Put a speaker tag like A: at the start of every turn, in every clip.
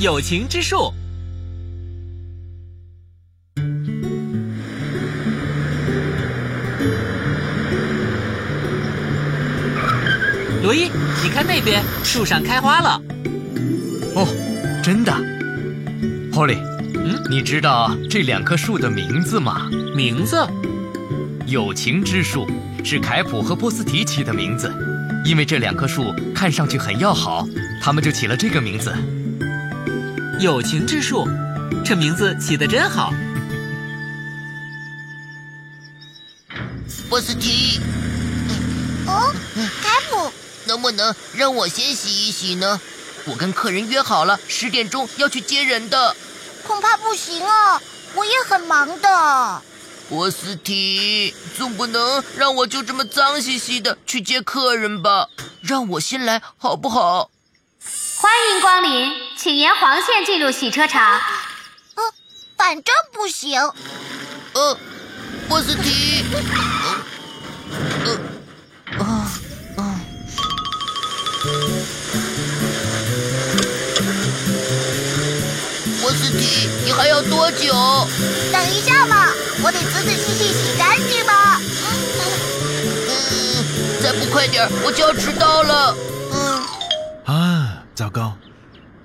A: 友情之树。罗伊，你看那边树上开花了，
B: 哦，真的。Polly，
A: 嗯，
B: 你知道这两棵树的名字吗？
A: 名字
B: 友情之树是凯普和波斯提起的名字，因为这两棵树看上去很要好，他们就起了这个名字。
A: 友情之树，这名字起得真好。
C: 波斯提，
D: 哦，凯普，
C: 能不能让我先洗一洗呢？我跟客人约好了十点钟要去接人的。
D: 恐怕不行哦，我也很忙的。哦
C: 波斯提，总不能让我就这么脏兮兮的去接客人吧？让我先来好不好？
E: 欢迎光临，请沿黄线进入洗车场。
D: 嗯，反正不行。
C: 呃，波斯提，呃，呃，啊，啊，波斯提，你还要多久？
D: 等一下嘛，我得仔仔细细洗干净吧。嗯
C: 嗯，再不快点儿，我就要迟到了。
D: 嗯，
F: 啊，糟糕！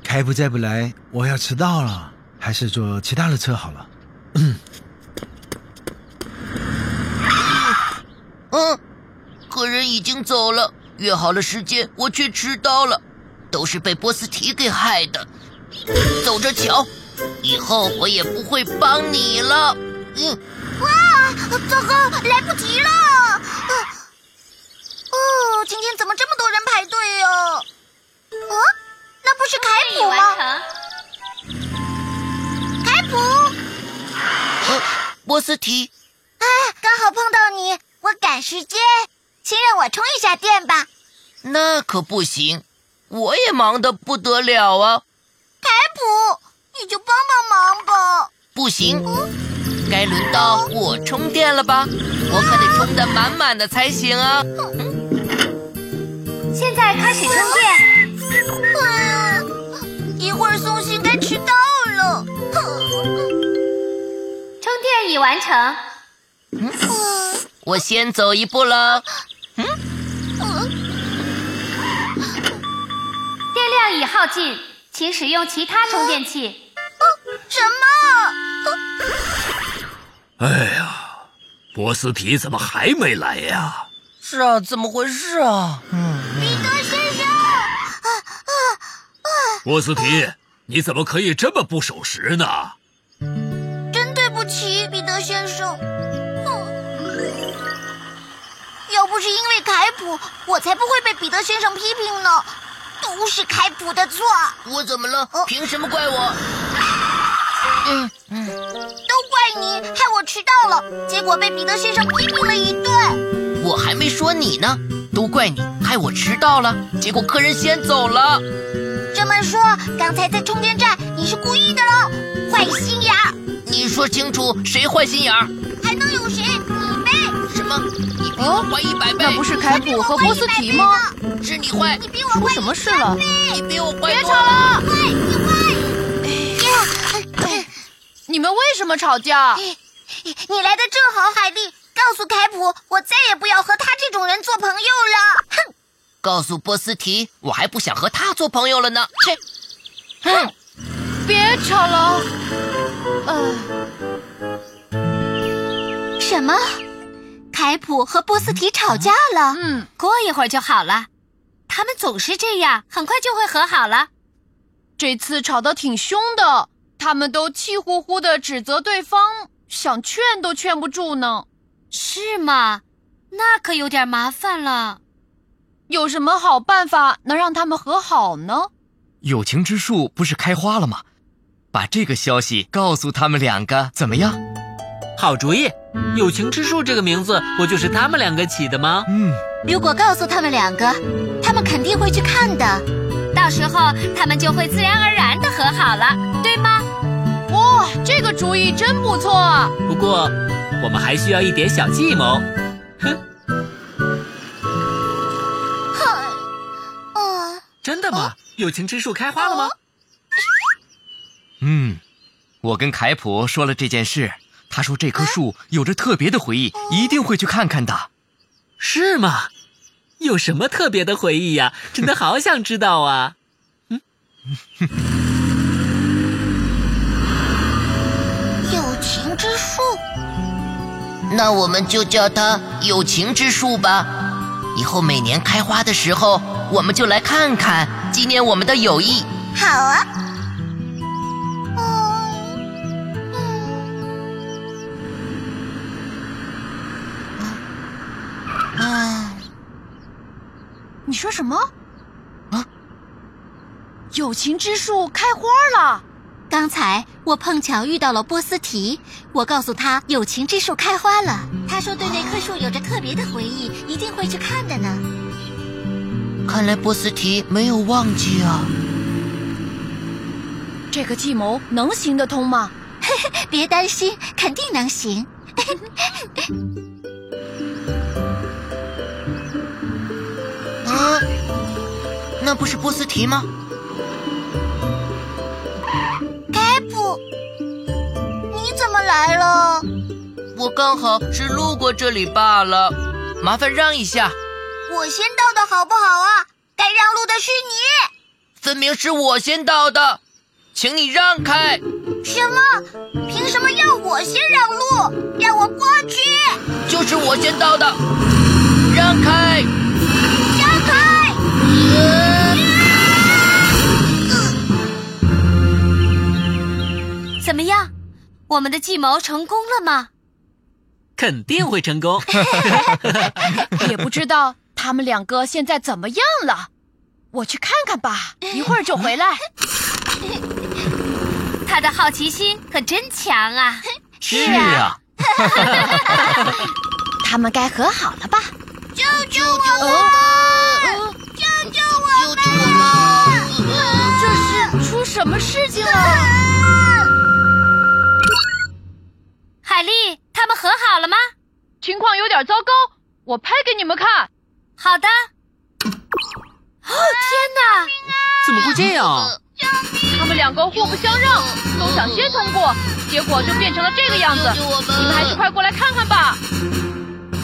F: 开普再不来，我要迟到了。还是坐其他的车好了。
C: 嗯，客人已经走了，约好了时间，我却迟到了，都是被波斯提给害的。走着瞧，以后我也不会帮你了。嗯，
D: 哇，糟糕，来不及了。呃哦，今天怎么这么多人排队哦？哦，那不是
E: 已
D: 凯普
E: 哎完
D: 吗？
E: 成。
D: 凯普，
C: 嗯波斯提，
D: 哎，刚好碰到你，我赶时间，先让我充一下电吧。
C: 那可不行，我也忙得不得了啊。
D: 凯普，你就帮帮忙吧。
C: 不行，该轮到我充电了吧？我可得充得满满的才行啊。
E: 现在开始充电，
D: 啊一会儿送信该迟到了。哼
E: 充电已完成。
C: 我先走一步了。
E: 电量已耗尽，请使用其他充电器。
D: 什么？
G: 哎波斯提怎么还没来呀？
C: 是啊，怎么回事啊？
D: 彼得先生，
G: 波斯提，你怎么可以这么不守时呢？
D: 真对不起，彼得先生。哼，要不是因为凯普，我才不会被彼得先生批评呢。都是凯普的错，
C: 我怎么了
D: 哦？
C: 凭什么怪我？嗯
D: 都怪你害我迟到了，结果被彼得先生批评了一顿。
C: 我还没说你呢，都怪你害我迟到了，结果客人先走了。
D: 这么说，刚才在充电站你是故意的喽，坏心眼儿！
C: 你说清楚谁坏心眼儿？
D: 还能有谁？你呗。
C: 什么？你比我坏一百倍？
H: 那不是凯普和波斯提吗？
C: 是你坏，
D: 你比我
H: 出
D: 坏
H: 什么事了？
C: 你比我坏多了。
D: 坏，你坏！
H: 你们为什么吵架？
D: 你来的正好，海莉。告诉凯普，我再也不要和他这种人做朋友了。哼，
C: 告诉波斯提，我还不想和他做朋友了呢。切，哼，
H: 别吵了。呃，
D: 什么？凯普和波斯提吵架了？
E: 嗯，过一会儿就好了。他们总是这样，很快就会和好了。
H: 这次吵得挺凶的，他们都气呼呼的指责对方，想劝都劝不住呢。
E: 是吗？那可有点麻烦了。
H: 有什么好办法能让他们和好呢？
B: 友情之树不是开花了吗？把这个消息告诉他们两个怎么样？
A: 好主意，友情之树这个名字不就是他们两个起的吗？
B: 嗯，
D: 如果告诉他们两个，他们肯定会去看的。
E: 到时候他们就会自然而然的和好了，对吗？
H: 哇，这个主意真不错啊！
A: 不过，我们还需要一点小计谋。
D: 嗯，
A: 真的吗？友情之树开花了吗？
B: 嗯，我跟凯普说了这件事，他说这棵树有着特别的回忆，
A: 哦
B: 一定会去看看的。
A: 是吗？有什么特别的回忆呀、真的好想知道 啊！
D: 友情之树，
C: 那我们就叫它友情之树吧。以后每年开花的时候，我们就来看看，纪念我们的友谊。
D: 好啊。嗯嗯，嗯哎
C: 啊，
H: 你说什么？啊？友情之树开花了，
E: 刚才我碰巧遇到了波斯提，我告诉他友情之树开花了，
D: 他说对那棵树有着特别的回忆，一定会去看的呢。
C: 看来波斯提没有忘记啊。
H: 这个计谋能行得通吗？
E: 别担心，肯定能行。
C: 啊，那不是波斯提吗？
D: 凯普，你怎么来了？
C: 我刚好是路过这里罢了，麻烦让一下。
D: 我先到的好不好啊？该让路的是你。
C: 分明是我先到的，请你让开。
D: 什么？凭什么要我先让路？让我过去？
C: 就是我先到的，让开！
D: 让开！
E: 怎么样，我们的计谋成功了吗？
A: 肯定会成 功。
B: 啊
H: 也不知道他们两个现在怎么样了，我去看看吧，一会儿就回来。
E: 他的好奇心可真强啊！
B: 是啊，
H: 他们该和好了吧？
D: 救救我们！救救我们！
H: 这是出什么事情了？
E: 海丽，他们和好了吗？
H: 情况有点糟糕，我拍给你们看。
E: 好的。哦天哪！
A: 怎么会这样？
H: 他们两个互不相让，哦都想先通过，结果就变成了这个样子。你们还是快过来看看吧。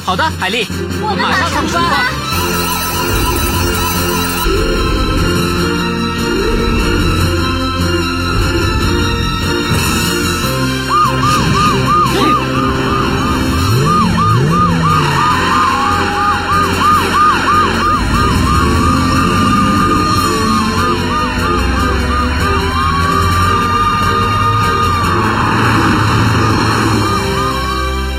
A: 好的，海丽，我们马上出发。
H: 哦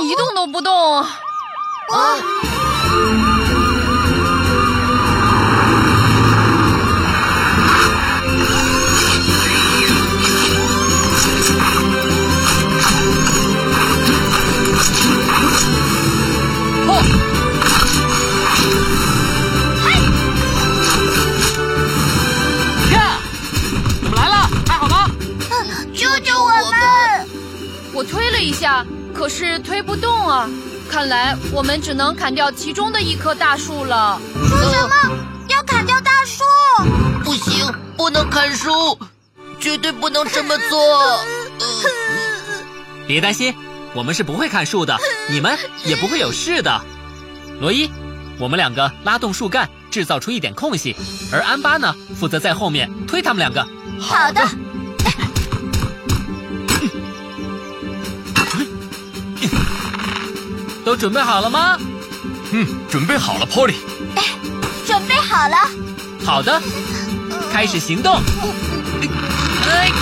H: 一动都不动，
A: 呀，怎么来了？还好吗？
D: 救救我们！
H: 我推了一下，可是推不动啊。看来我们只能砍掉其中的一棵大树了。
D: 说什么？要砍掉大树？
C: 不行，不能砍树，绝对不能这么做。呃
A: 别担心，我们是不会砍树的，你们也不会有事的。罗伊，我们两个拉动树干，制造出一点空隙，而安巴呢，负责在后面推他们两个。
D: 好的。
A: 都准备好了吗？
B: 嗯，准备好了，Polly。
D: 准备好了，
A: 好的，开始行动。哎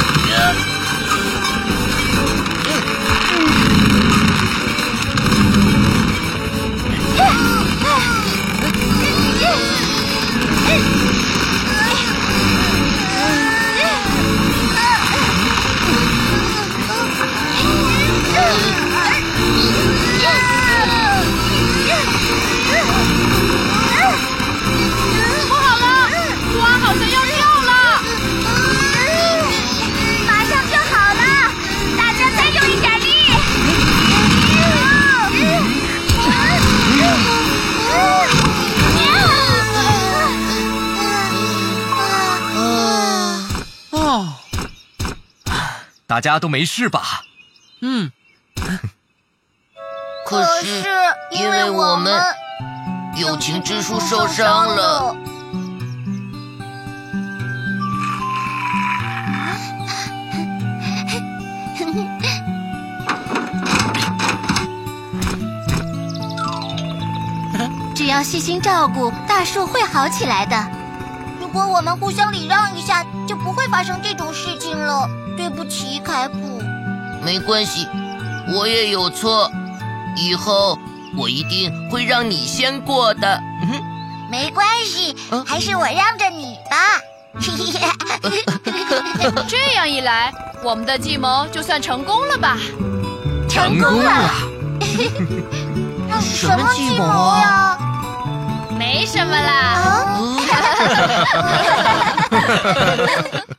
H: 不好了，花好像要掉了。
D: 马上就
B: 大家都没事吧？
A: 嗯，
C: 可是因为我们友情之树受伤了。。
E: 只要细心照顾，大树会好起来的。
D: 如果我们互相礼让一下，就不会发生这种事情了。对不起，凯普。
C: 没关系，我也有错，以后我一定会让你先过的。嗯哼
D: 没关系
C: 嗯，
D: 还是我让着你吧。
H: 这样一来，我们的计谋就算成功了吧？
B: 成功了！
D: 什么计谋呀？
H: 没什么啦。
D: 啊！